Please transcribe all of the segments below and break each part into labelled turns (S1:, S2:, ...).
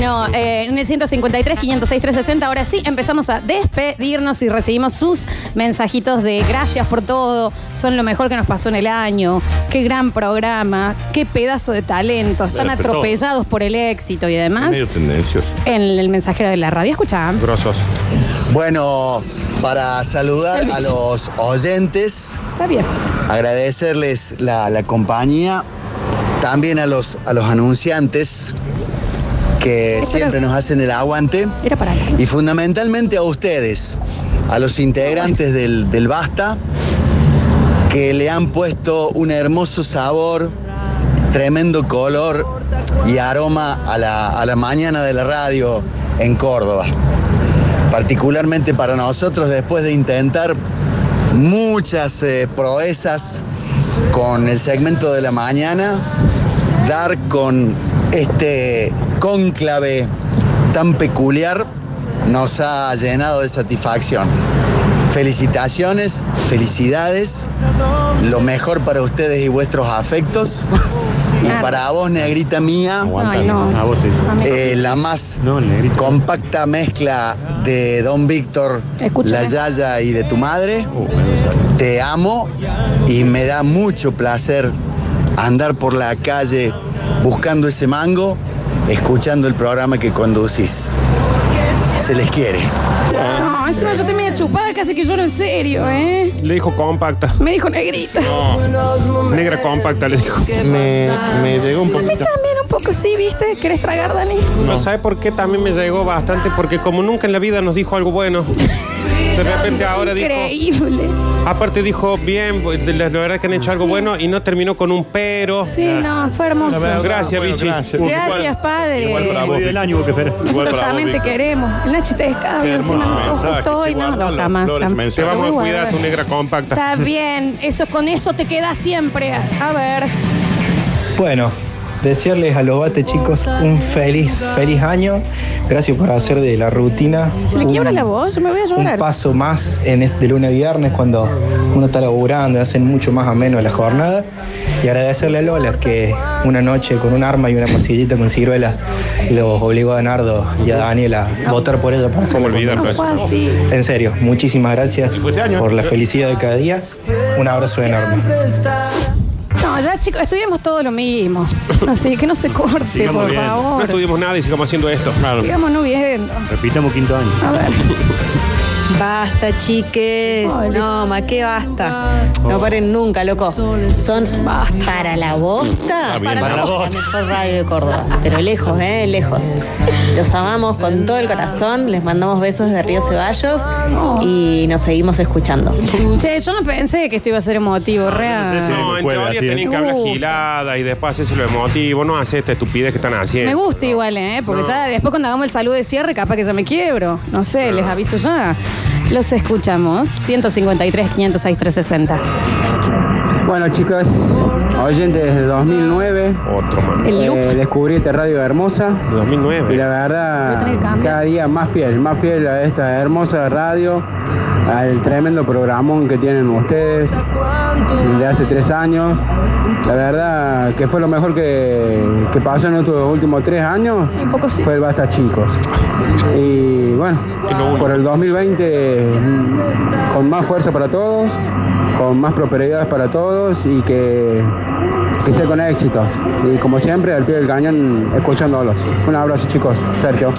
S1: No, eh, en el 153, 506, 360. Ahora sí, empezamos a despedirnos y recibimos sus mensajitos de gracias por todo. Son lo mejor que nos pasó en el año. Qué gran programa. Qué pedazo de talento. Están
S2: Pero, pero-
S1: atropellados por el éxito y demás.
S2: Medio tendencioso.
S1: En el mensajero de la radio, escuchá.
S2: Grosos.
S3: Bueno, para saludar a los oyentes,
S1: Está bien.
S3: agradecerles la, la compañía, también a los, a los anunciantes que siempre nos hacen el aguante
S1: Era para acá.
S3: y fundamentalmente a ustedes, a los integrantes del, del Basta, que le han puesto un hermoso sabor, tremendo color y aroma a la, a la mañana de la radio en Córdoba. Particularmente para nosotros, después de intentar muchas eh, proezas con el segmento de la mañana, dar con este cónclave tan peculiar nos ha llenado de satisfacción. Felicitaciones, felicidades, lo mejor para ustedes y vuestros afectos. Y para vos, negrita mía,
S2: Aguanta.
S1: Ay, no.
S2: Ah, vos te-
S3: eh, la más
S2: No, el negrito.
S3: compacta mezcla de Don Víctor,
S1: Escúchame.
S3: la Yaya y de tu madre.
S2: Uh, menos sale.
S3: Te amo y me da mucho placer andar por la calle buscando ese mango, escuchando el programa que conducís. Se les quiere.
S1: No, encima yo estoy media chupada, casi que lloro en serio, ¿eh?
S2: Le dijo compacta.
S1: Me dijo negrita.
S2: Negra compacta le dijo.
S4: Me, me llegó un
S1: A mí
S4: poquito.
S1: también un poco, sí, ¿viste? ¿Querés tragar, Dani?
S4: No. ¿Sabe por qué también me llegó bastante? Porque como nunca en la vida nos dijo algo bueno, de repente ahora dijo...
S1: Increíble.
S4: Aparte dijo, bien, pues, de la, la verdad que han hecho algo bueno y no terminó con un pero.
S1: Sí, no, fue hermoso.
S4: Gracias, Bichi.
S2: Uh, igual-
S1: Gracias, padre.
S2: Igual para vos.
S5: del año, vos que esperas.
S2: Igual
S1: Nosotros
S2: para vos,
S1: también te
S2: Víctor.
S1: queremos. El Nachi te descarga
S2: Qué hermoso
S1: encima de nosotros
S2: mensaje,
S1: justo
S2: se
S1: hoy. No,
S2: guardan
S1: no,
S2: los
S1: jamás.
S2: flores,
S1: jamás.
S4: Te
S2: mensajes.
S4: vamos a
S1: Uh,
S4: cuidar
S1: ver.
S4: tu negra compacta.
S1: Está bien, eso con eso te queda siempre. A ver.
S6: Bueno, desearles a los bate chicos un feliz, feliz año. Gracias por hacer de la rutina.
S1: Se le
S6: un-
S1: quiebra la voz, yo me voy a
S6: Un
S1: llorar.
S6: paso más en este de lunes a viernes cuando uno está laburando, hacen mucho más ameno la jornada. Y agradecerle a Lola que una noche con un arma y una morcillita con ciruela los obligó a Nardo y a Daniel a votar por ella para hacer
S2: ¿Cómo
S6: la
S2: olvidar
S1: No
S2: eso?
S1: fue así.
S6: en serio, muchísimas gracias
S2: Y fuiste año.
S6: por la felicidad de cada día. Un abrazo enorme.
S1: No, ya chicos, estudiamos todo lo mismo. Así que no se corte,
S5: Sigamos
S1: por
S5: bien.
S4: No
S1: favor.
S4: estuvimos nada y sigamos haciendo esto.
S1: Sigamos no viendo.
S5: Repitamos quinto año.
S1: A ver.
S7: Basta, chiques.
S1: Hola.
S7: No, ma, qué basta.
S2: Oh.
S7: No paren nunca, loco. Son para la bosta.
S2: Ah, bien.
S5: Para la
S7: bosta.
S5: bosta.
S7: mejor radio de Córdoba. Pero lejos, ¿eh? Lejos. Los amamos con todo el corazón. Les mandamos besos de Río Ceballos. Y nos seguimos escuchando.
S1: Che, yo no pensé que esto iba a ser emotivo, real.
S5: sé si-
S4: No, en
S5: Jueves,
S4: teoría
S5: así, ¿eh?
S4: tenían que hablar
S1: Me gusta.
S4: gilada y después hacerse lo emotivo. No hace esta estupidez que están haciendo.
S1: Me gusta igual, ¿eh? Porque ya después cuando hagamos el saludo de cierre, capaz que ya me quiebro. No sé, les aviso ya. Los escuchamos. 153, 506, 360.
S8: Bueno chicos, oyente desde 2009,
S4: Otro, man.
S1: El loop.
S8: eh, descubrí esta radio hermosa y
S4: 2009.
S8: la
S1: Voy a tener que
S8: verdad
S1: cambiar.
S8: cada día más fiel, más fiel a esta hermosa radio, al tremendo programón que tienen ustedes desde hace tres años. La verdad que fue lo mejor que, que pasó en estos últimos tres años,
S1: Un poco sí.
S8: fue el Basta Chicos. Y bueno, por el 2020 mm, con más fuerza para todos, con más prosperidad para todos y que, que sea con éxitos. Y como siempre, al pie del cañón, escuchándolos. Un abrazo chicos, Sergio.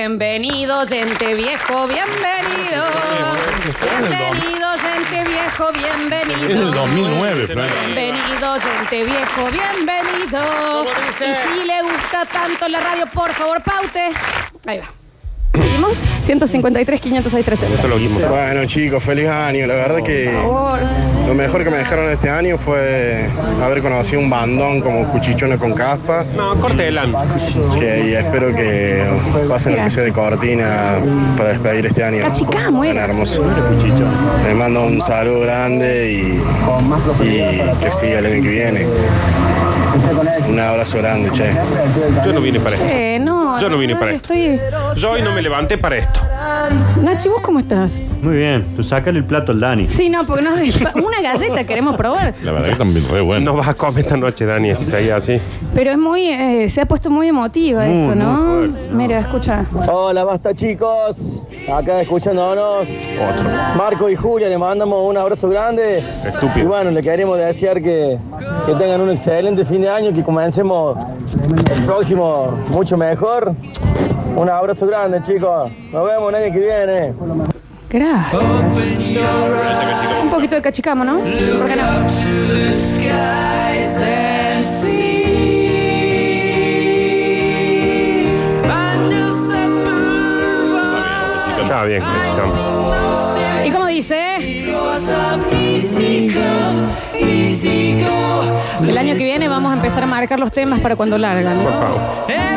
S1: Bienvenido, gente viejo, bienvenido. Bienvenido, gente viejo,
S2: Es del
S1: bienvenido.
S2: 2009, Fran.
S1: Bienvenido, gente viejo, bienvenido. Y si le gusta tanto la radio, por favor, paute. Ahí va. Seguimos. 153, 506, 360.
S4: Esto lo vimos.
S9: Bueno chicos, feliz año. La verdad que
S1: Por favor.
S9: lo mejor que me dejaron este año fue haber conocido un bandón como Cuchichona con Caspa.
S4: No, corte el ano.
S9: Que, y espero que pasen lo que sea de cortina para despedir este año.
S1: Achicamos,
S9: Tan
S1: eh.
S9: hermoso. Les mando un saludo grande y, y que siga el año que viene. Un abrazo grande, che.
S4: Yo no vine para esto.
S1: Eh, no,
S4: Yo no vine para esto.
S1: estoy...
S4: Yo hoy no me levanté para esto.
S1: Nachi, ¿vos cómo estás?
S7: Muy bien, tú sacas el plato al Dani.
S1: Sí, no, porque no una galleta queremos probar,
S5: La verdad que también re bueno.
S4: No vas a comer esta noche, Dani, si seguís así.
S1: pero es muy eh, se ha puesto muy emotiva esto,
S7: Muy,
S1: ¿no?
S7: muy fuerte.
S1: Mira, escucha.
S10: Hola, basta chicos. Acá escuchándonos. Marco y Julia, les mandamos un abrazo grande.
S4: Estúpido.
S10: Y bueno, le queremos desear que, que tengan un excelente fin de año, que comencemos el próximo mucho mejor. Un abrazo grande, chicos. Nos vemos el año que viene.
S1: Gracias. Un poquito de cachicamo, ¿no? ¿Por qué no?
S4: Está bien, estamos.
S1: ¿Y cómo dice? El año que viene vamos a empezar a marcar los temas para cuando largan.
S4: Por favor.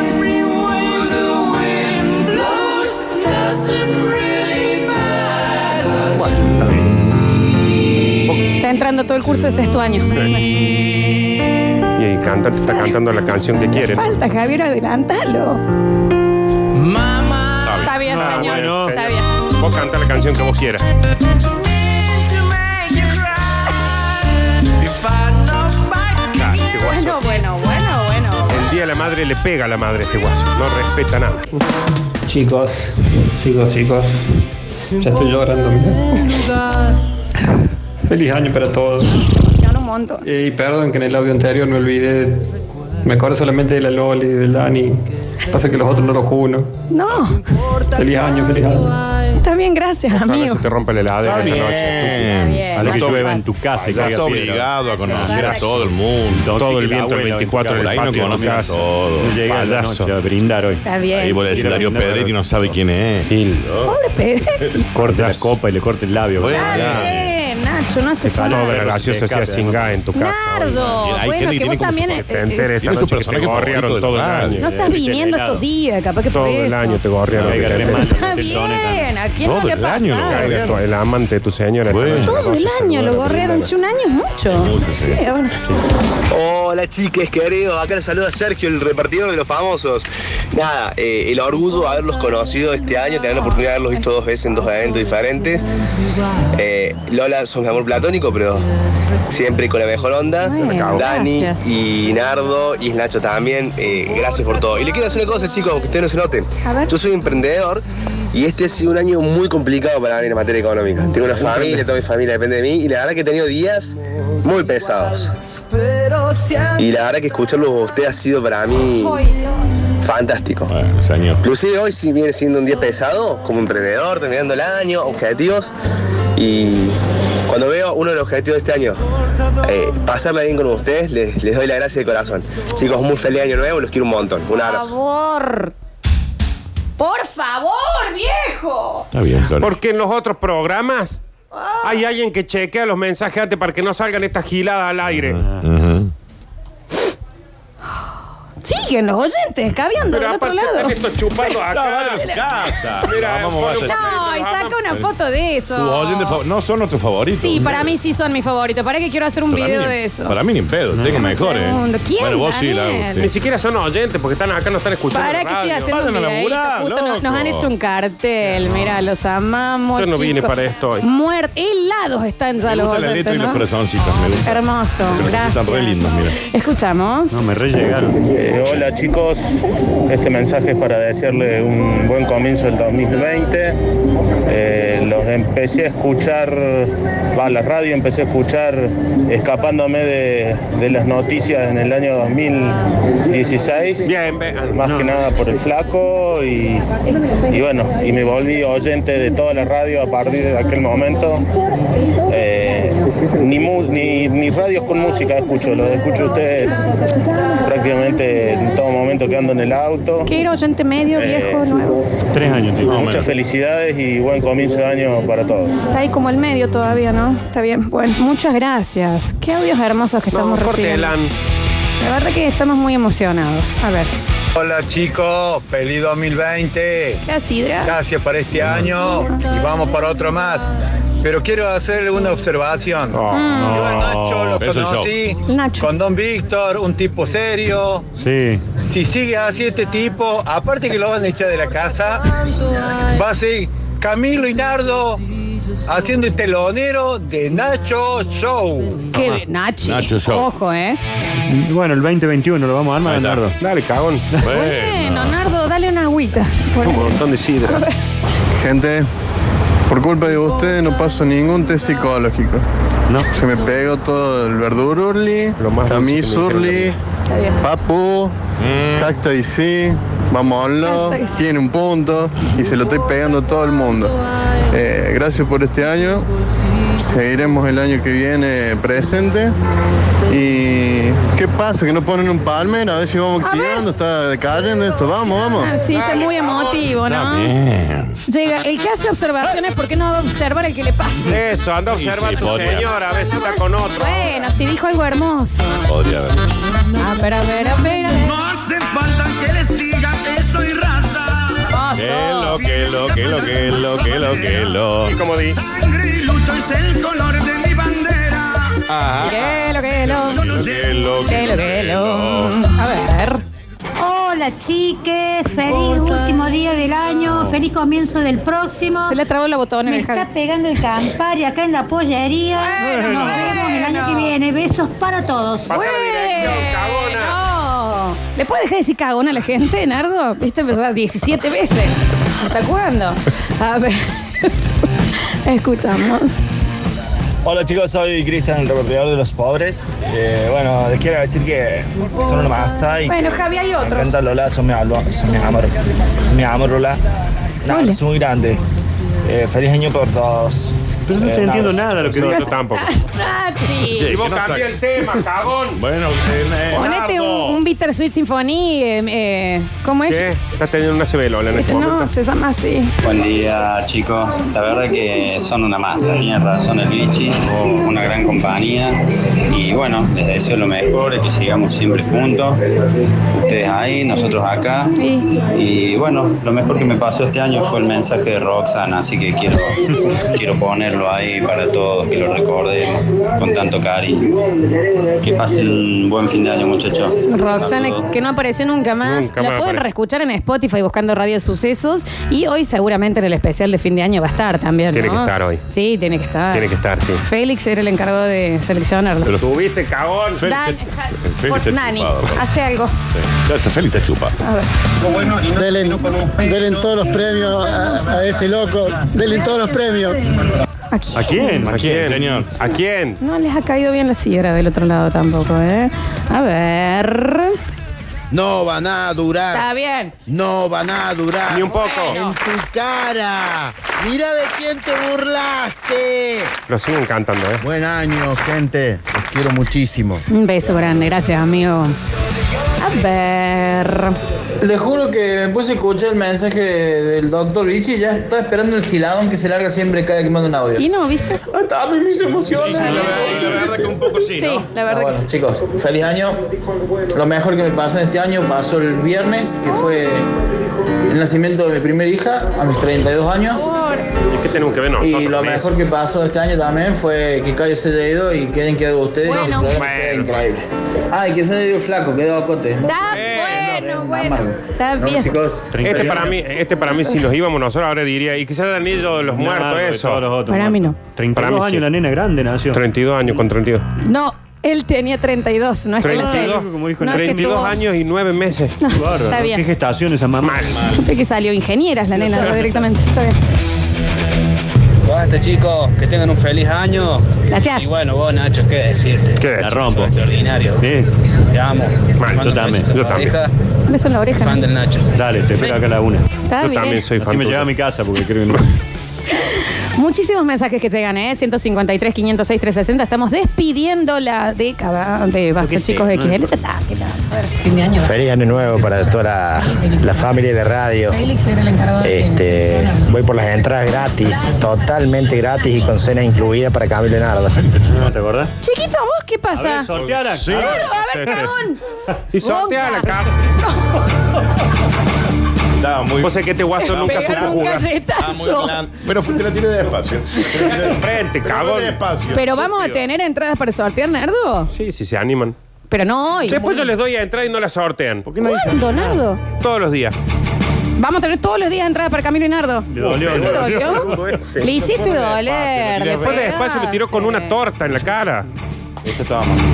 S1: Está entrando todo el curso de sexto año.
S4: Y el cantante está cantando la canción que quiere. ¿no?
S1: Falta, Javier, adelántalo. Está bien,
S4: Ah,
S1: señor.
S4: bueno,
S1: Está bien.
S4: señor. Vos canta la canción que vos quieras. Ah, este guaso.
S1: Bueno, bueno, bueno, bueno.
S4: El día de la madre le pega a la madre este guaso. No respeta nada.
S11: Chicos, chicos, chicos. Ya estoy llorando, mira. Feliz año para todos.
S1: Funciona un montón.
S11: Y perdón que en el audio anterior me olvidé. Me acuerdo solamente de la Loli, del Dani. Pasa que los otros no los uno.
S1: No,
S11: Feliz año, feliz año.
S1: está bien, gracias,
S4: Ojalá
S1: amigo.
S4: se te rompe la heladera esta noche.
S1: bien.
S7: A lo que
S5: Está
S7: tú beba
S5: bien.
S7: en tu casa y
S5: Ya
S7: caiga
S5: está
S7: piedra.
S5: obligado a conocer a todo el mundo.
S7: Entonces,
S4: Todo el
S7: que la
S4: viento el
S7: abuela
S4: 24 en
S5: Por
S4: el
S5: ahí no
S4: patio de tu
S5: conocen a
S4: casa.
S5: todos.
S7: Llega a la
S4: Falazo.
S7: noche a brindar hoy.
S1: Está
S5: Ahí
S1: bien.
S5: voy a decir Darío Pedretti no sabe quién es.
S1: Pobre Pedro.
S7: Corte la
S4: Las-
S7: copa y le corte el labio.
S5: Bueno,
S7: ¿verdad?
S5: ya.
S1: Está bien, Nacho, no hace falta.
S4: Toda la graciosa hacía singa en tu casa.
S1: Nardo,
S5: Ay,
S1: bueno,
S5: Kelly
S1: que
S5: tiene
S1: vos
S5: como
S1: también
S5: su
S1: eh,
S4: Te enteres esta
S5: Tiene su
S4: noche que te
S5: personaje
S4: gorrearon
S5: favorito
S4: todo el
S5: del
S4: año.
S5: radio. ¿eh?
S1: no estás viniendo estos días, capaz que
S4: Todo
S1: por
S4: el
S1: eso.
S4: año te gorrearon.
S7: Caiga
S4: te
S7: tres
S4: enteres.
S7: manos,
S1: Está
S7: te tonen.
S1: bien, ¿a quién no
S5: Todo
S1: le ha
S5: el año lo
S1: pasado?
S4: Carga tu- El amante de tu señora. esta
S5: Bueno.
S4: noche,
S1: Todo
S4: una
S1: el
S4: cosa
S1: año lo
S4: segura.
S1: gorrearon, che, un año es mucho. Sí, bueno.
S12: Hola chiques queridos, acá les saluda Sergio, el repartidor de los famosos. Nada, eh, el orgullo de haberlos conocido este año, tener la oportunidad de haberlos visto dos veces en dos eventos diferentes. Eh, Lola, sos mi amor platónico, pero siempre con la mejor onda.
S1: Bueno,
S12: Dani
S1: gracias.
S12: y Nardo y Nacho también, eh, gracias por todo. Y le quiero decir una cosa chicos, que ustedes no se noten.
S1: A ver.
S12: Yo soy emprendedor. Y este ha sido un año muy complicado para mí en materia económica. Tengo una familia, toda mi familia depende de mí y la verdad que he tenido días muy pesados. Y la verdad que escucharlos a ustedes ha sido para mí fantástico.
S5: Bueno, señor.
S12: Inclusive hoy sí viene siendo un día pesado, como emprendedor, terminando el año, objetivos. Y cuando veo uno de los objetivos de este año, eh, pasarla bien con ustedes, les, les doy la gracia de corazón. Chicos, muy feliz año nuevo, los quiero un montón. Un
S1: Por
S12: abrazo.
S1: favor. Por favor, viejo.
S5: Está bien, Flor.
S4: Porque en los otros programas
S1: Ah.
S4: hay alguien que chequea los mensajes antes para que no salgan estas giladas al aire.
S5: Ujú.
S1: Siguen los oyentes, cabiendo del otro lado.
S4: están estos chupados acá.
S5: Esa va a casa.
S4: Mira,
S5: Vamos a
S4: pone
S5: hacer-
S1: No, y saca una foto de
S5: Tus oyentes
S1: eso.
S5: favor- No son nuestros favoritos.
S1: Sí, para mí sí son mis favoritos. ¿Para qué quiero hacer un
S5: Para
S1: video
S5: mí ni-
S1: de eso?
S5: Para mí ni en pedo, tengo mejores.
S1: segundo. ¿Quién,
S5: Bueno, vos sí, la
S1: Daniel?
S4: Ni
S5: sí.
S4: siquiera son oyentes porque están acá, no están escuchando.
S1: Para que
S4: radio.
S1: estoy haciendo un
S5: Vayan a
S1: videíto,
S5: laburar,
S1: justo nos,
S5: loco.
S1: nos han hecho un cartel. Mira, los amamos.
S4: Yo no vine
S1: chicos.
S4: para esto hoy.
S1: Muer- helados están ya
S5: Me
S1: los
S5: gusta la
S1: oyentes,
S5: letra y
S1: ¿no?
S5: los corazoncitos, me gusta.
S1: Hermoso,
S5: Pero
S1: gracias.
S5: están re lindos, mira.
S1: Escuchamos.
S7: No, me re llegaron.
S9: Eh, hola chicos, este mensaje es para desearle un buen comienzo del 2020. Eh, los empecé a escuchar, va la radio, empecé a escuchar escapándome de, de las noticias en el año 2016.
S4: Bien, ve- ah,
S9: Más que nada por el flaco y, y bueno, y me volví oyente de toda la radio a partir de aquel momento. Eh, ni, mu- ni, ni radios con música escucho, los escucho a ustedes prácticamente en todo momento que ando en el auto.
S1: ¿Qué era oyente medio,
S5: Eh.
S1: viejo, nuevo?
S7: Tres años, tío.
S9: Muchas felicidades y buen comienzo de año para todos.
S1: Está ahí como el medio todavía, ¿no? Está bien. Bueno, muchas gracias. Qué audios hermosos que
S4: no,
S1: estamos recibiendo.
S4: cortelan.
S1: La verdad que estamos muy emocionados. A ver.
S9: Hola chicos, feliz 2020.
S1: La sidra.
S9: Gracias para este año y vamos para otro más.
S13: Pero quiero hacer una observación. Yo al Nacho lo
S14: Pero eso es
S13: conocí con Don Víctor, un tipo serio.
S14: Sí.
S13: Si sigue así este tipo, aparte que lo van a echar de la casa, va a ser Camilo y Nardo haciendo el telonero de Nacho Show.
S1: Qué Nachi.
S14: Nacho Show.
S1: Ojo, ¿eh?
S5: Bueno, el 2021 lo vamos a armar, Leonardo.
S4: Dale, cagón.
S5: Eh,
S1: Bueno, Nardo, dale una agüita. Por
S4: Un montón de sidra.
S15: Gente, por culpa de ustedes no paso ningún test psicológico. No. Se me pegó todo el verdururli, camisurli, papu, cacta y sí, vámonos,
S2: Hashtag sí.
S15: tiene un punto y se lo estoy pegando a todo el mundo. Eh, gracias por este año, seguiremos el año que viene presente. ¿Y qué pasa? ¿Que no ponen un palmer? A ver si vamos activando, está decayendo esto, vamos, vamos.
S1: Ah, sí, está muy emotivo, ¿no? Llega, el que hace observaciones, ¿por qué no va a observar el que le pasa?
S4: Eso, anda a
S14: Sí,
S4: observar
S14: sí,
S4: a tu
S14: podría.
S4: señora, a ver si está con otro.
S1: Bueno, si dijo algo hermoso.
S14: Podría haber.
S1: Ah, pero, pero, pero.
S2: No hace falta que les diga que soy raza.
S14: Que lo, que lo, que lo, que lo, que lo, que lo.
S4: Y como di.
S2: Sangre y luto es el color de mi bandera.
S1: Que lo, que lo.
S14: Que lo,
S1: Que lo, que lo. A ver.
S16: Hola chiques, feliz último día del año, feliz comienzo del próximo.
S1: Se le trabó la botón
S16: Me está pegando el campari acá en la pollería.
S1: Bueno,
S16: Nos vemos el año que viene. Besos para todos.
S1: Pasa la dirección, No. ¿Le puede dejar de decir cagona a la gente, Nardo? Viste, empezó a 17 veces. ¿Hasta cuándo? A ver. Escuchamos.
S17: Hola chicos, soy Cristian, el repartidor de los pobres. Eh, bueno, les quiero decir que que son una masa y
S1: Bueno,
S17: que
S1: Javi, hay
S17: me
S1: otros.
S17: encanta Lola, son mi, alma, son mi amor. Mi amor, Lola. Nada, es muy grande. Eh, feliz año por todos.
S5: Pero no te entiendo nada lo que
S17: sí.
S5: dices.
S17: Yo tampoco.
S1: Nachi.
S14: Sí,
S4: Y vos
S14: que no está-
S4: cambié el tema, cagón.
S14: Bueno,
S1: Ponete un, un Bitter Sweet Symphony. eh, eh, ¿Cómo es?
S4: ¿Qué? Está teniendo una cebelola en este
S1: No,
S4: momento.
S1: se llama así.
S18: Buen día chicos, la verdad que son una masa, tienen razón el Vichy, una gran compañía y bueno, les deseo lo mejor, que sigamos siempre juntos, ustedes ahí, nosotros acá y bueno, lo mejor que me pasó este año fue el mensaje de Roxana, así que quiero, quiero ponerlo ahí para todos, que lo recordemos con tanto cariño. Que pasen un buen fin de año muchachos.
S1: Roxana, que no apareció nunca más.
S18: Nunca
S1: la
S18: más
S1: pueden
S18: aparece.
S1: reescuchar en Spotify buscando Radio Sucesos. Y hoy, seguramente, en el especial de fin de año va a estar también.
S4: Tiene
S1: ¿no?
S4: que estar hoy.
S1: Sí, tiene que estar.
S4: Tiene que estar, sí.
S1: Félix era el encargado de seleccionarlo.
S14: Pero
S4: Tuviste cagón.
S1: Dan- Por- Nani, hace algo.
S14: Ya está Félix te chupa.
S1: A ver.
S19: Delen, delen todos los premios a, a ese loco. Delen todos los premios.
S14: ¿A quién? ¿A quién, señor?
S4: ¿A quién?
S1: No les ha caído bien la sierra del otro lado tampoco, ¿eh? A ver.
S20: No van a durar.
S1: Está bien.
S20: No van a durar.
S4: Ni un poco.
S20: En tu cara. Mira de quién te burlaste.
S4: Lo siguen cantando, ¿eh?
S20: Buen año, gente. Los quiero muchísimo.
S1: Un beso grande, gracias, amigo. A ver.
S21: Les juro que después escuché el mensaje del doctor Vichy y ya está esperando el giladón que se larga siempre cada que manda un audio.
S1: Y no, ¿viste?
S21: Hasta a mí me emociona.
S14: verdad que un poco
S21: Ah, bueno, chicos, feliz año. Lo mejor que me pasó en este año pasó el viernes, que fue el nacimiento de mi primera hija a mis 32 años.
S4: Es que tenemos que ver nosotros.
S21: Y lo
S4: Messi.
S21: mejor que pasó este año también fue que Cayo se haya ido y quieren que haga ustedes.
S1: Bueno.
S21: Fue increíble. Ah, y que se haya ido flaco, quedó a cote. ¿no?
S1: Está bueno, bueno. Está
S21: No,
S1: bien.
S21: chicos.
S4: Este para mí, este para mí si nos íbamos nosotros ahora diría, y quizás el anillo de los muertos,
S5: de
S4: eso.
S5: todos los otros
S1: Para mí no.
S5: 32 años la nena grande nació.
S4: 32 años con 32.
S1: No, él tenía 32, no es que la
S4: 32,
S1: seis.
S4: como dijo,
S1: No es que
S4: 32
S1: tuvo-
S4: años y 9 meses.
S1: Bárbaro, está ¿no? bien. Qué
S4: gestación esa mamá. Mal, mal.
S1: Fue que salió ingeniera es la nena ¿no? directamente. Está bien.
S22: Basta chicos, que tengan un feliz año.
S1: Gracias.
S22: Y bueno, vos Nacho, qué decirte.
S4: ¿Qué
S22: La rompo. Extraordinario. Te amo.
S5: yo también, yo también.
S1: Un beso en la oreja.
S5: Fan
S22: del Nacho.
S5: Dale, te espero acá a la una.
S1: Está Yo bien. también soy
S5: Así
S1: fan
S5: me
S1: tuyo.
S5: lleva a mi casa porque creo que no.
S1: Muchísimos mensajes que llegan, ¿eh? 153, 506, 360. Estamos despidiendo la década de Basta, chicos de XL. Ya está, que tal. A ver, fin de año.
S23: Feliz año nuevo para toda la, la familia de radio.
S1: Félix era el encargado de-
S23: Este, voy por las entradas gratis, totalmente gratis y con cena incluida para Camilo Leonardo. ¿Te acordás?
S1: Chiquito, ¿vos qué pasa?
S23: A ver, sorteala.
S1: A ver, a ver, cagón.
S4: Y sortea la
S1: Bonga.
S4: cama.
S14: Estaba muy-
S4: O sea que este guaso
S14: Ah,
S4: nunca
S14: muy
S4: supo
S14: blando.
S4: jugar.
S14: Ah, muy blando. Pero fue- te la tiré despacio.
S4: Frente,
S14: cagón.
S1: Pero vamos a tener entradas para sortear, Nardo.
S4: Sí, sí, se animan.
S1: Pero no hoy.
S4: Después yo les doy a entrar y no la sortean.
S1: ¿Cuándo, Nardo?
S4: Todos los días.
S1: Vamos a tener todos los días entradas para Camilo y Nardo.
S4: Le dolió,
S1: ¿Te
S4: le dolió.
S1: dolió? Le hiciste doler. le
S4: Después de
S1: pegás.
S4: despacio me tiró con una torta en la cara.
S14: Este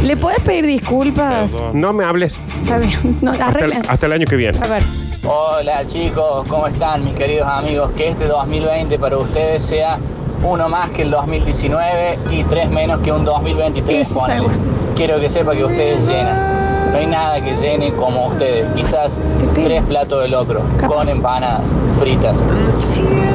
S1: ¿Le puedes pedir disculpas?
S4: No me hables.
S1: Está bien. No,
S4: Hasta el,
S1: arreglen.
S4: hasta el año que viene.
S1: A ver.
S22: Hola chicos, ¿cómo están mis queridos amigos? Que este 2020 para ustedes sea uno más que el 2019 y tres menos que un 2023.
S1: Sí,
S22: ponele.
S1: seguro.
S22: Quiero que sepa que ustedes llenan. No hay nada que llene como ustedes. Quizás tres platos de locro con empanadas fritas.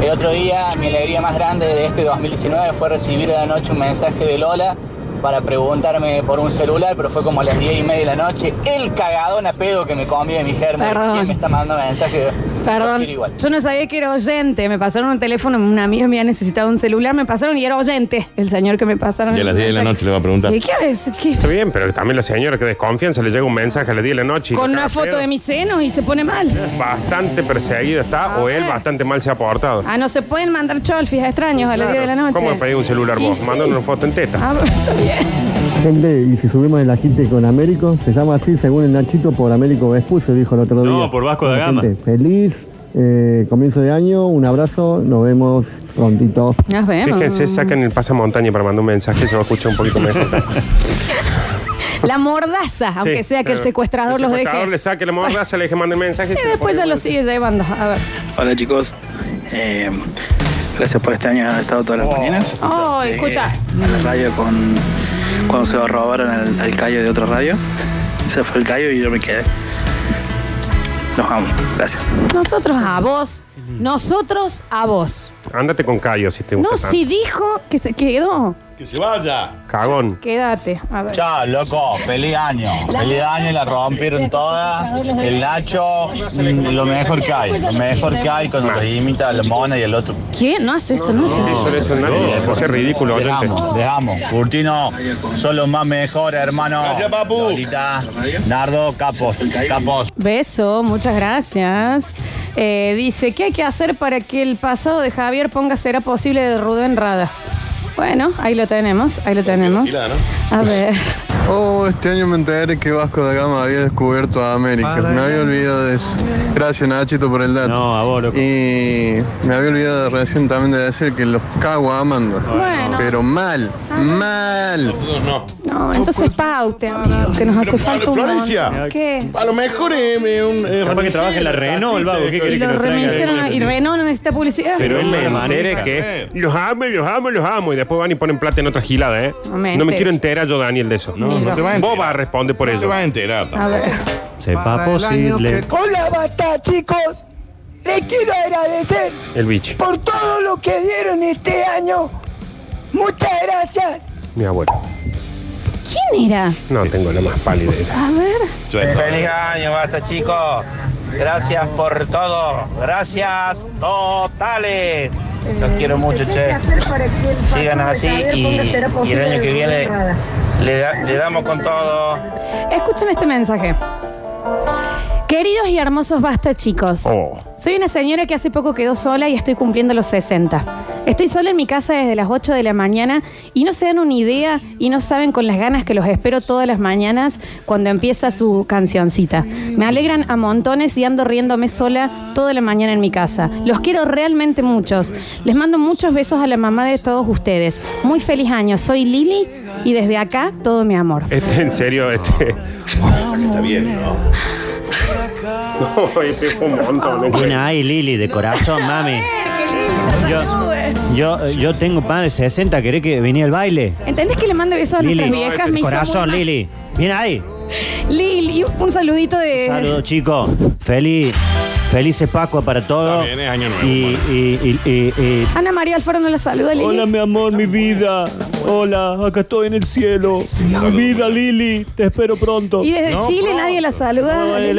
S22: El otro día mi alegría más grande de este 2019 fue recibir de la noche un mensaje de Lola para preguntarme por un celular, pero fue como a las 10 y media de la noche. El cagadón a pedo que me comí de mi germen.
S1: Perdón.
S22: ¿Quién me está mandando mensaje? Los
S1: Perdón,
S22: quiero igual.
S1: yo no sabía que era oyente. Me pasaron un teléfono, una amiga mía necesitaba un celular, me pasaron y era oyente el señor que me pasaron.
S14: Y a las 10 de la noche le va a preguntar.
S1: ¿Y qué hora es? ¿Qué-
S4: Está bien, pero también la señora que desconfianza le llega un mensaje a las 10 de la noche. y
S1: Con
S4: lo
S1: una
S4: caga
S1: foto
S4: pedo.
S1: de mis senos y se pone mal.
S4: Bastante perseguida está, o él bastante mal se ha portado.
S1: Ah, no se pueden mandar cholfis a extraños Ah, a las 10 de la noche.
S4: ¿Cómo me pedí un celular
S1: Y
S4: vos?
S1: sí.
S4: Mándale una foto en teta.
S1: Ah, está bien.
S24: Gente, y si subimos el ajite con Américo, se llama así según el Nachito por Américo Vespucio, dijo el otro día.
S5: por Vasco da
S24: Bueno,
S5: Gama.
S24: gente, feliz eh, comienzo de año, un abrazo, nos vemos prontito.
S1: Nos vemos.
S4: Fíjense, sacan el pasamontaña para mandar un mensaje, se va a escuchar un poquito mejor.
S1: La mordaza, aunque sea que el secuestrador,
S4: eh, El secuestrador
S1: los
S4: le
S1: deje.
S4: saque la mordaza, le deje mandar mensaje.
S1: Y después ya lo sigue llevando. A ver.
S25: Hola chicos, Eh, gracias por este año haber estado todas las mañanas.
S1: Oh,
S25: Llegué
S1: escucha.
S25: A la radio con cuando se lo robaron al, al callo de otra radio. Ese fue el callo y yo me quedé. Los amo, gracias.
S1: Nosotros a vos. Nosotros a vos.
S4: Ándate con callo si te gusta.
S1: No,
S4: tanto.
S1: si dijo que se quedó.
S14: Que se vaya.
S4: Cagón.
S1: Quédate. A ver.
S17: Chao, loco, feliz año. Feliz año, la rompieron toda. El Nacho, mm, lo mejor que hay, lo mejor que hay cuando los imita a la mona y el otro.
S1: ¿Qué? No hace eso, no.
S4: Eso es un
S17: No.
S4: es ridículo,
S17: Te
S4: oyente.
S17: amo, te amo. Curtino, son los más mejores, hermano. Gracias, papu. Nardo, capos, capos.
S1: Beso, muchas gracias. Eh, dice, ¿qué hay que hacer para que el pasado de Javier ponga será posible de Rubén Rada? Bueno, ahí lo tenemos, ahí lo tenemos. A ver.
S15: Oh, este año me enteré que Vasco da Gama había descubierto a América. Me había olvidado de eso. Gracias, Nachito, por el dato. No, a vos, Y me había olvidado recién también de decir que los cago amando.
S1: Bueno.
S15: Pero mal, mal.
S14: No.
S1: No, entonces paute, amigo, que nos hace falta un
S14: Florencia.
S1: montón. ¿Qué?
S14: A lo mejor es un. eh,
S5: Capaz que trabaja en la
S14: remisero,
S5: Renault, el vago, ¿qué
S1: Y
S5: quiere que
S1: los
S5: nos
S1: remiseros
S5: traiga?
S1: y Renault no necesita publicidad.
S4: Pero él me enteré
S5: manera.
S4: que los amo, los amo, los amo. Y después van y ponen plata en otra gilada, ¿eh?
S1: No me
S4: No me
S1: enteré.
S4: quiero enterar yo, Daniel, de eso.
S1: no te
S4: vas a Vos vas a responder por ello. te vas a enterar.
S1: A ver.
S5: Sepa posible.
S26: Hola, basta, chicos. Les quiero agradecer
S4: El bicho,
S26: por todo lo que dieron este año. Muchas gracias.
S4: mi abuelo.
S1: ¿Quién era?
S4: No tengo la más pálida idea.
S1: A ver.
S22: Feliz año, basta chicos. Gracias por todo. Gracias totales. Los quiero mucho, che. Sigan así y, y el año que viene le, da- le damos con todo.
S1: Escuchen este mensaje. Queridos y hermosos basta chicos.
S4: Oh.
S1: Soy una señora que hace poco quedó sola y estoy cumpliendo los 60. Estoy sola en mi casa desde las 8 de la mañana y no se dan una idea y no saben con las ganas que los espero todas las mañanas cuando empieza su cancioncita. Me alegran a montones y ando riéndome sola toda la mañana en mi casa. Los quiero realmente muchos. Les mando muchos besos a la mamá de todos ustedes. Muy feliz año. Soy Lili y desde acá todo mi amor.
S4: Este, en serio, este. Está bien, ¿no? No, este fue un montón.
S5: Buena ahí, Lili, de corazón, mami. Yo, yo, yo tengo más de 60, ¿querés que venía al baile?
S1: ¿Entendés que le mande besos a
S5: Lili, este
S1: nuestras viejas? Me hizo
S5: corazón,
S1: muy mal.
S5: Lili. Viene ahí.
S1: Lili, un saludito de.
S5: Saludos, chicos. Feliz, felices Pascua para todos.
S14: Está bien, es año nuevo,
S5: Y, y- y- y- y-
S1: Ana María Alfaro no la saluda, Lili.
S5: Hola, mi amor, mi vida. Hola, acá estoy en el cielo. Mi vida, Lili. Te espero pronto.
S1: Y desde Chile nadie la saluda. Lili.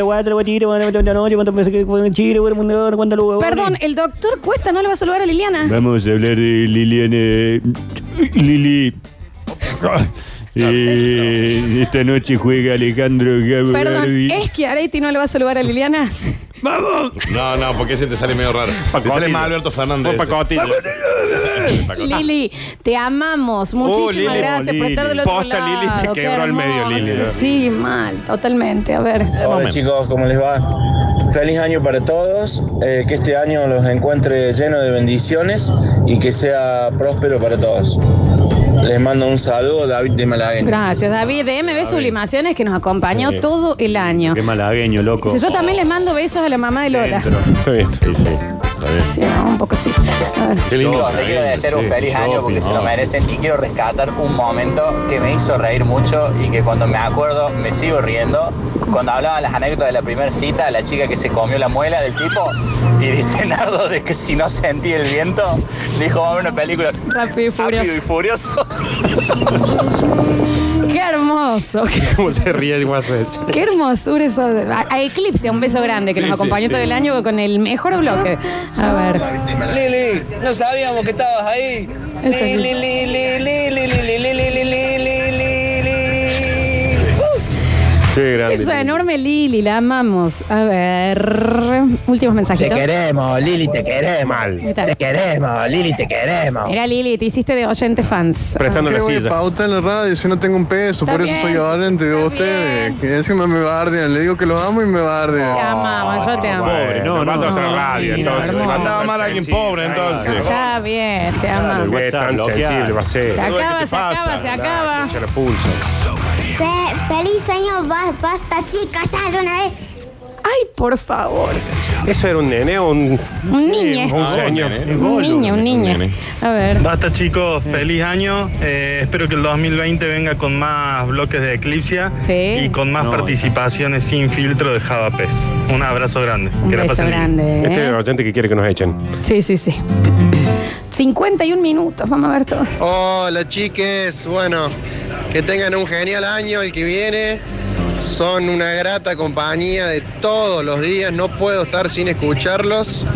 S1: Perdón, el doctor Cuesta no le va a saludar a Liliana.
S5: Vamos a hablar de Liliana. Lili. Eh, esta noche juega Alejandro Gabriel.
S1: Perdón, es que Areti no le va a saludar a Liliana.
S14: ¡Vamos! No, no, porque ese te sale medio raro. Te sale más Alberto Fernández.
S4: Fue pacotilla.
S14: Pacotilla.
S1: Lili, te amamos. Muchísimas
S4: Oh, Lili.
S1: gracias
S5: Oh,
S1: por estar del otro
S4: Posta,
S1: lado.
S4: Lili, te
S1: Qué
S4: quebró al medio,
S1: hermoso.
S4: Lili.
S1: Sí, mal, totalmente. A ver.
S6: Hola chicos, ¿cómo les va? Feliz año para todos, eh, que este año los encuentre lleno de bendiciones y que sea próspero para todos. Les mando un saludo, David de Malagueño.
S1: Gracias, David, de MB Sublimaciones, que nos acompañó
S5: Sí.
S1: todo el año.
S5: Qué malagueño, loco.
S1: Si yo también les mando besos a la mamá de Lola.
S5: Está bien. Sí, sí. Está bien.
S1: un poco sí.
S5: Qué lindo.
S22: Chicos, les quiero desear un
S5: Sí,
S22: feliz año porque se lo
S5: no.
S22: merecen y quiero rescatar un momento que me hizo reír mucho y que cuando me acuerdo me sigo riendo. Cuando hablaba las anécdotas de la primera cita, la chica que se comió la muela del tipo y dice Nardo de que si no sentí el viento, dijo vamos a ver una película
S1: Rápido y
S22: rápido y
S1: furioso.
S22: furioso.
S1: Qué hermoso.
S4: ¿Cómo se ríe el guaso ese?
S1: Qué hermosura eso. A, a Eclipse, un beso grande que
S4: Sí,
S1: nos
S4: sí,
S1: acompañó
S4: sí.
S1: todo el año con el mejor bloque. A ver.
S6: Lili, no sabíamos que estabas ahí.
S1: Lili,
S6: Lili, Lili, Lili, Lili, Lili, Lili,
S14: Qué grande.
S1: Eso enorme Lili, la amamos. A ver. Últimos
S7: Te
S1: mensajitos.
S7: queremos, Lili, te queremos.
S1: ¿Qué tal?
S7: Te queremos, Lili, te
S4: Ah.
S7: queremos.
S1: Era Lili, te hiciste de oyente fans.
S15: ¿Por qué voy a pautar en la radio si no tengo un peso?
S1: Está
S15: Por
S1: bien,
S15: eso soy oyente de ustedes. Que encima me bardean. Le digo que los amo y me bardean.
S1: Te amamos, yo te amo.
S4: Ah, Pobre, no, no. Manda otra radio, entonces.
S14: hermoso.
S4: Manda a
S14: Andaba mal alguien pobre, entonces.
S1: Está bien, te
S4: El
S1: amamos.
S4: güey es tan
S5: bloqueado.
S4: sensible, va a ser.
S1: Se acaba, se acaba, se acaba.
S4: Se la pulsa.
S8: feliz año, ba- basta chicas, ya de una vez.
S1: Ay, por favor.
S4: ¿Eso era un nene o un...?
S1: Un niño.
S4: Un señor.
S1: Un niño, un niño. A ver.
S27: Basta chicos, feliz año. Eh, espero que el 2020 venga con más bloques de Eclipsia
S1: Sí.
S27: y con más participaciones sin filtro de Javapes. Un abrazo grande.
S1: Un
S27: la
S1: beso
S27: pasen bien.
S1: grande, ¿eh?
S4: Este es el oyente que quiere que nos echen.
S1: Sí, sí, sí. 51 minutos, vamos a ver todo.
S28: Hola chiques, bueno, que tengan un genial año el que viene. Son una grata compañía de todos los días, no puedo estar sin escucharlos.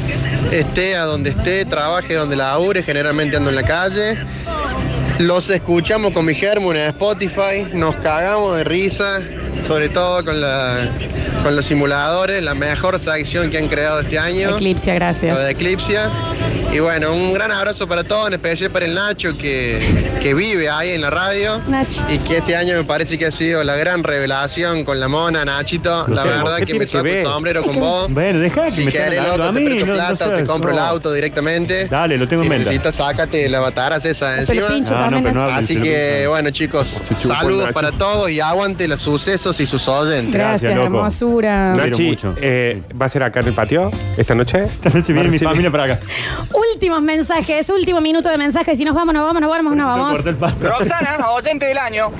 S28: Esté a donde esté, trabaje donde labure, generalmente ando en la calle. Los escuchamos con mi germo en Spotify, nos cagamos de risa, sobre todo con, la- con los simuladores, la mejor sección que han creado este año.
S1: Eclipse, gracias.
S28: Lo de Eclipsia. Y bueno, un gran abrazo para todos, en especial para el Nacho que, que vive ahí en la radio. Y que este año me parece que ha sido la gran revelación con la mona, Nachito.
S5: No
S28: la
S5: sé,
S28: verdad
S5: ¿qué
S28: que
S5: tiene que
S28: me saco el
S5: ver?
S28: sombrero con vos.
S5: Bueno, deja que
S28: Si
S5: me estén
S28: querés,
S5: hablando
S28: loco,
S5: a
S28: te
S5: mí,
S28: presto
S5: no- no
S28: plata o
S5: seas-
S28: te compro
S5: no.
S28: el auto directamente.
S5: Dale, lo tengo
S28: si
S5: en mente.
S28: necesitas, sácate la bataras esa
S5: te lo
S28: encima.
S5: pincho Ah, no, también, pero no Nacho. hable,
S28: Así
S5: te lo
S28: que,
S5: pincho.
S28: bueno, chicos,
S5: Se chupó el
S28: saludos
S5: Nacho.
S28: para todos y aguante los sucesos y sus oyentes.
S1: Gracias, hermosura.
S4: Nachi, eh, ¿va a ser acá en el patio esta noche? Esta noche
S5: viene mi familia
S4: para acá.
S1: Últimos mensajes, último minuto de mensajes. Si nos vamos, nos vamos, nos vamos, nos vamos.
S22: Roxana, oyente del año.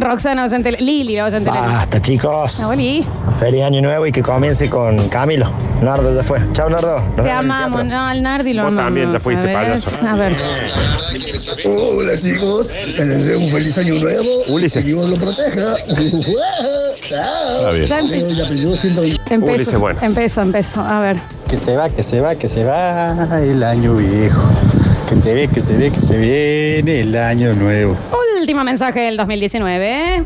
S1: Roxana oyente, Lili, la oyente.
S6: Ah.
S1: Ah,
S23: Basta, chicos.
S1: Oli.
S23: Feliz año nuevo y que comience con Camilo. Nardo ya fue. Chao, Nardo. Nos vemos en
S1: Te
S23: el
S1: amamos,
S23: teatro.
S1: no, al Nardi lo
S23: Vos
S1: amamos.
S23: también te fuiste,
S1: a ver,
S23: payaso.
S1: A ver.
S28: Hola chicos, les deseo un feliz año nuevo. Ulises. Que Dios lo proteja. Chao.
S1: Ya empe-
S28: Ya apellido 120.
S1: Empezó, empezó, empezó. A ver.
S28: Que se va, que se va, que se va el año viejo. Que se ve, que se ve, que se viene el año nuevo.
S1: Último mensaje del 2019.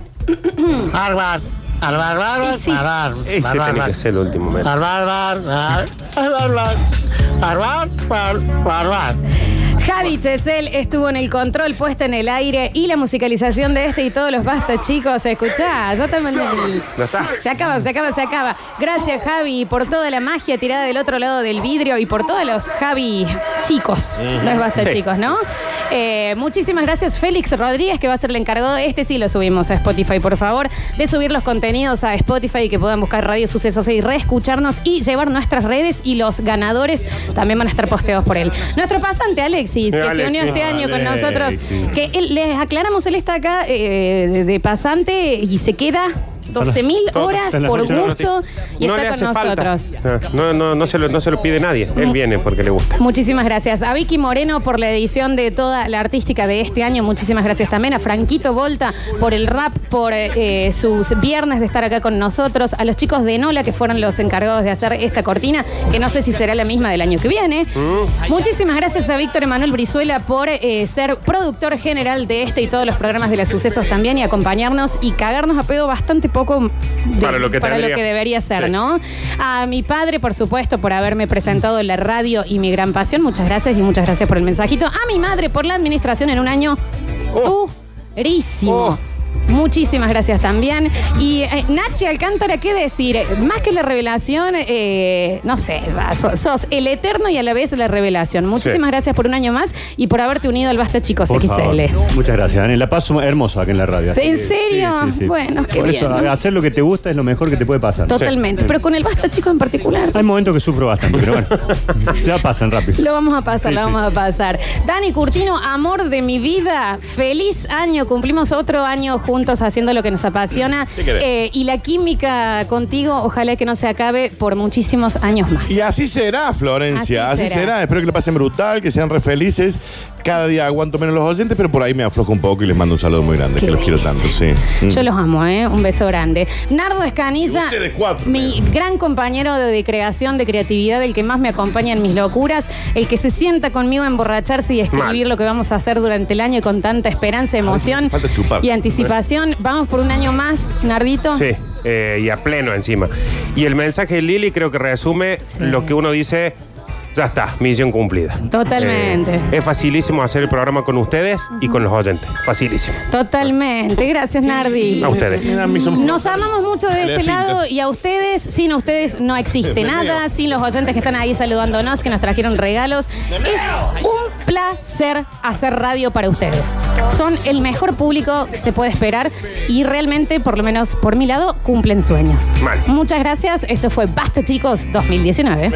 S28: Barbar, barbar,
S1: Y sí. barbar,
S4: Ese tiene que ser el último mes.
S1: Javi Chesel estuvo en el control, puesta en el aire y la musicalización de este y todos los basta, chicos. Escuchá, yo también.
S4: Ya está.
S1: Se acaba, se acaba, se acaba. Gracias, Javi, por toda la magia tirada del otro lado del vidrio y por todos los Javi chicos. No es basta,
S29: Sí.
S1: chicos, ¿no? Eh, muchísimas gracias, Félix Rodríguez, que va a ser el encargado. Este sí lo subimos a Spotify, por favor, de subir los contenidos a Spotify y que puedan buscar Radio Sucesos y reescucharnos y llevar nuestras redes y los ganadores también van a estar posteados por él. Nuestro pasante, Alexis, que se
S29: Eh, Alexis.
S1: unió este año con
S29: Alexis.
S1: nosotros. Que él- les aclaramos, él está acá eh, de, de pasante y se queda 12.000
S4: Todo-
S1: horas
S4: en la
S1: por
S4: noche, no, no
S1: gusto
S4: te-
S1: y
S4: no le
S1: está
S4: hace
S1: con
S4: falta. Eh,
S1: nosotros.
S4: No, no, no, se lo, no se lo pide nadie. Él viene porque le gusta.
S1: Muchísimas gracias a Vicky Moreno por la edición de toda la artística de este año. Muchísimas gracias también a Franquito Volta por el rap, por eh, sus viernes de estar acá con nosotros. A los chicos de Nola que fueron los encargados de hacer esta cortina, que no sé si será la misma del año que viene.
S4: Mm.
S1: Muchísimas gracias a Víctor Emanuel Brizuela por eh, ser productor general de este y todos los programas de los sucesos también y acompañarnos y cagarnos a pedo bastante poco de-
S4: Para lo que tendría.
S1: debería ser,
S4: Sí.
S1: ¿no? A mi padre, por supuesto, por haberme presentado en la radio y mi gran pasión. Muchas gracias y muchas gracias por el mensajito. A mi madre por la administración en un año
S5: Oh.
S1: durísimo. Muchísimas gracias también. Y eh, Nachi Alcántara, ¿qué decir? Más que la revelación, eh, no sé, va, so- sos el eterno y a la vez la revelación. Muchísimas gracias por un año más y por haberte unido al Basta Chicos
S5: Por
S1: XL.
S5: favor. Muchas gracias, Dani. La paso hermoso acá en la radio. así
S1: ¿En
S5: que-
S1: serio? Bueno, qué
S5: Por
S1: bien,
S5: eso,
S1: ¿no?
S5: hacer lo que te gusta es lo mejor que te puede pasar.
S1: Totalmente. Pero con el Basta Chicos en particular.
S5: Hay momentos que sufro bastante, pero bueno. ya pasan rápido.
S1: Lo vamos a pasar,
S5: Sí,
S1: lo
S5: sí.
S1: vamos a pasar. Dani Curtino, amor de mi vida, feliz año. Cumplimos otro año juntos haciendo lo que nos apasiona.
S4: ¿Qué querés?
S1: Eh, y la química contigo, ojalá que no se acabe por muchísimos años más.
S14: Y así será, Florencia,
S1: Así
S14: así,
S1: será.
S14: será. Espero que le pasen brutal, que sean re felices. Cada día aguanto menos los oyentes, pero por ahí me aflojo un poco y les mando un saludo muy grande,
S1: Qué
S14: que los quiero tanto, sí. Mm.
S1: Yo los amo, ¿eh? Un beso grande. Nardo Escanilla, mi gran compañero de, de creación, de creatividad, el que más me acompaña en mis locuras, el que se sienta conmigo a emborracharse y escribir lo que vamos a hacer durante el año y con tanta esperanza, emoción
S4: falta chupar. ¿eh?
S1: y anticipación. Vamos por un año más, Nardito.
S4: Sí, eh, y a pleno encima. Y el mensaje de Lili creo que resume lo que uno dice. Ya está, misión cumplida.
S1: Totalmente.
S4: Eh, es facilísimo hacer el programa con ustedes y con los oyentes. Facilísimo.
S1: Totalmente, gracias Nardi.
S4: A ustedes.
S1: Mm, Nos amamos mucho de
S4: Dale,
S1: este
S4: finta.
S1: lado y a ustedes, sin ustedes no existe
S4: Memeo.
S1: nada, sin los oyentes que están ahí saludándonos, que nos trajeron regalos. Es un placer hacer radio para ustedes. Son el mejor público que se puede esperar y realmente, por lo menos por mi lado, cumplen sueños. Muchas gracias, esto fue Basta chicos 2019.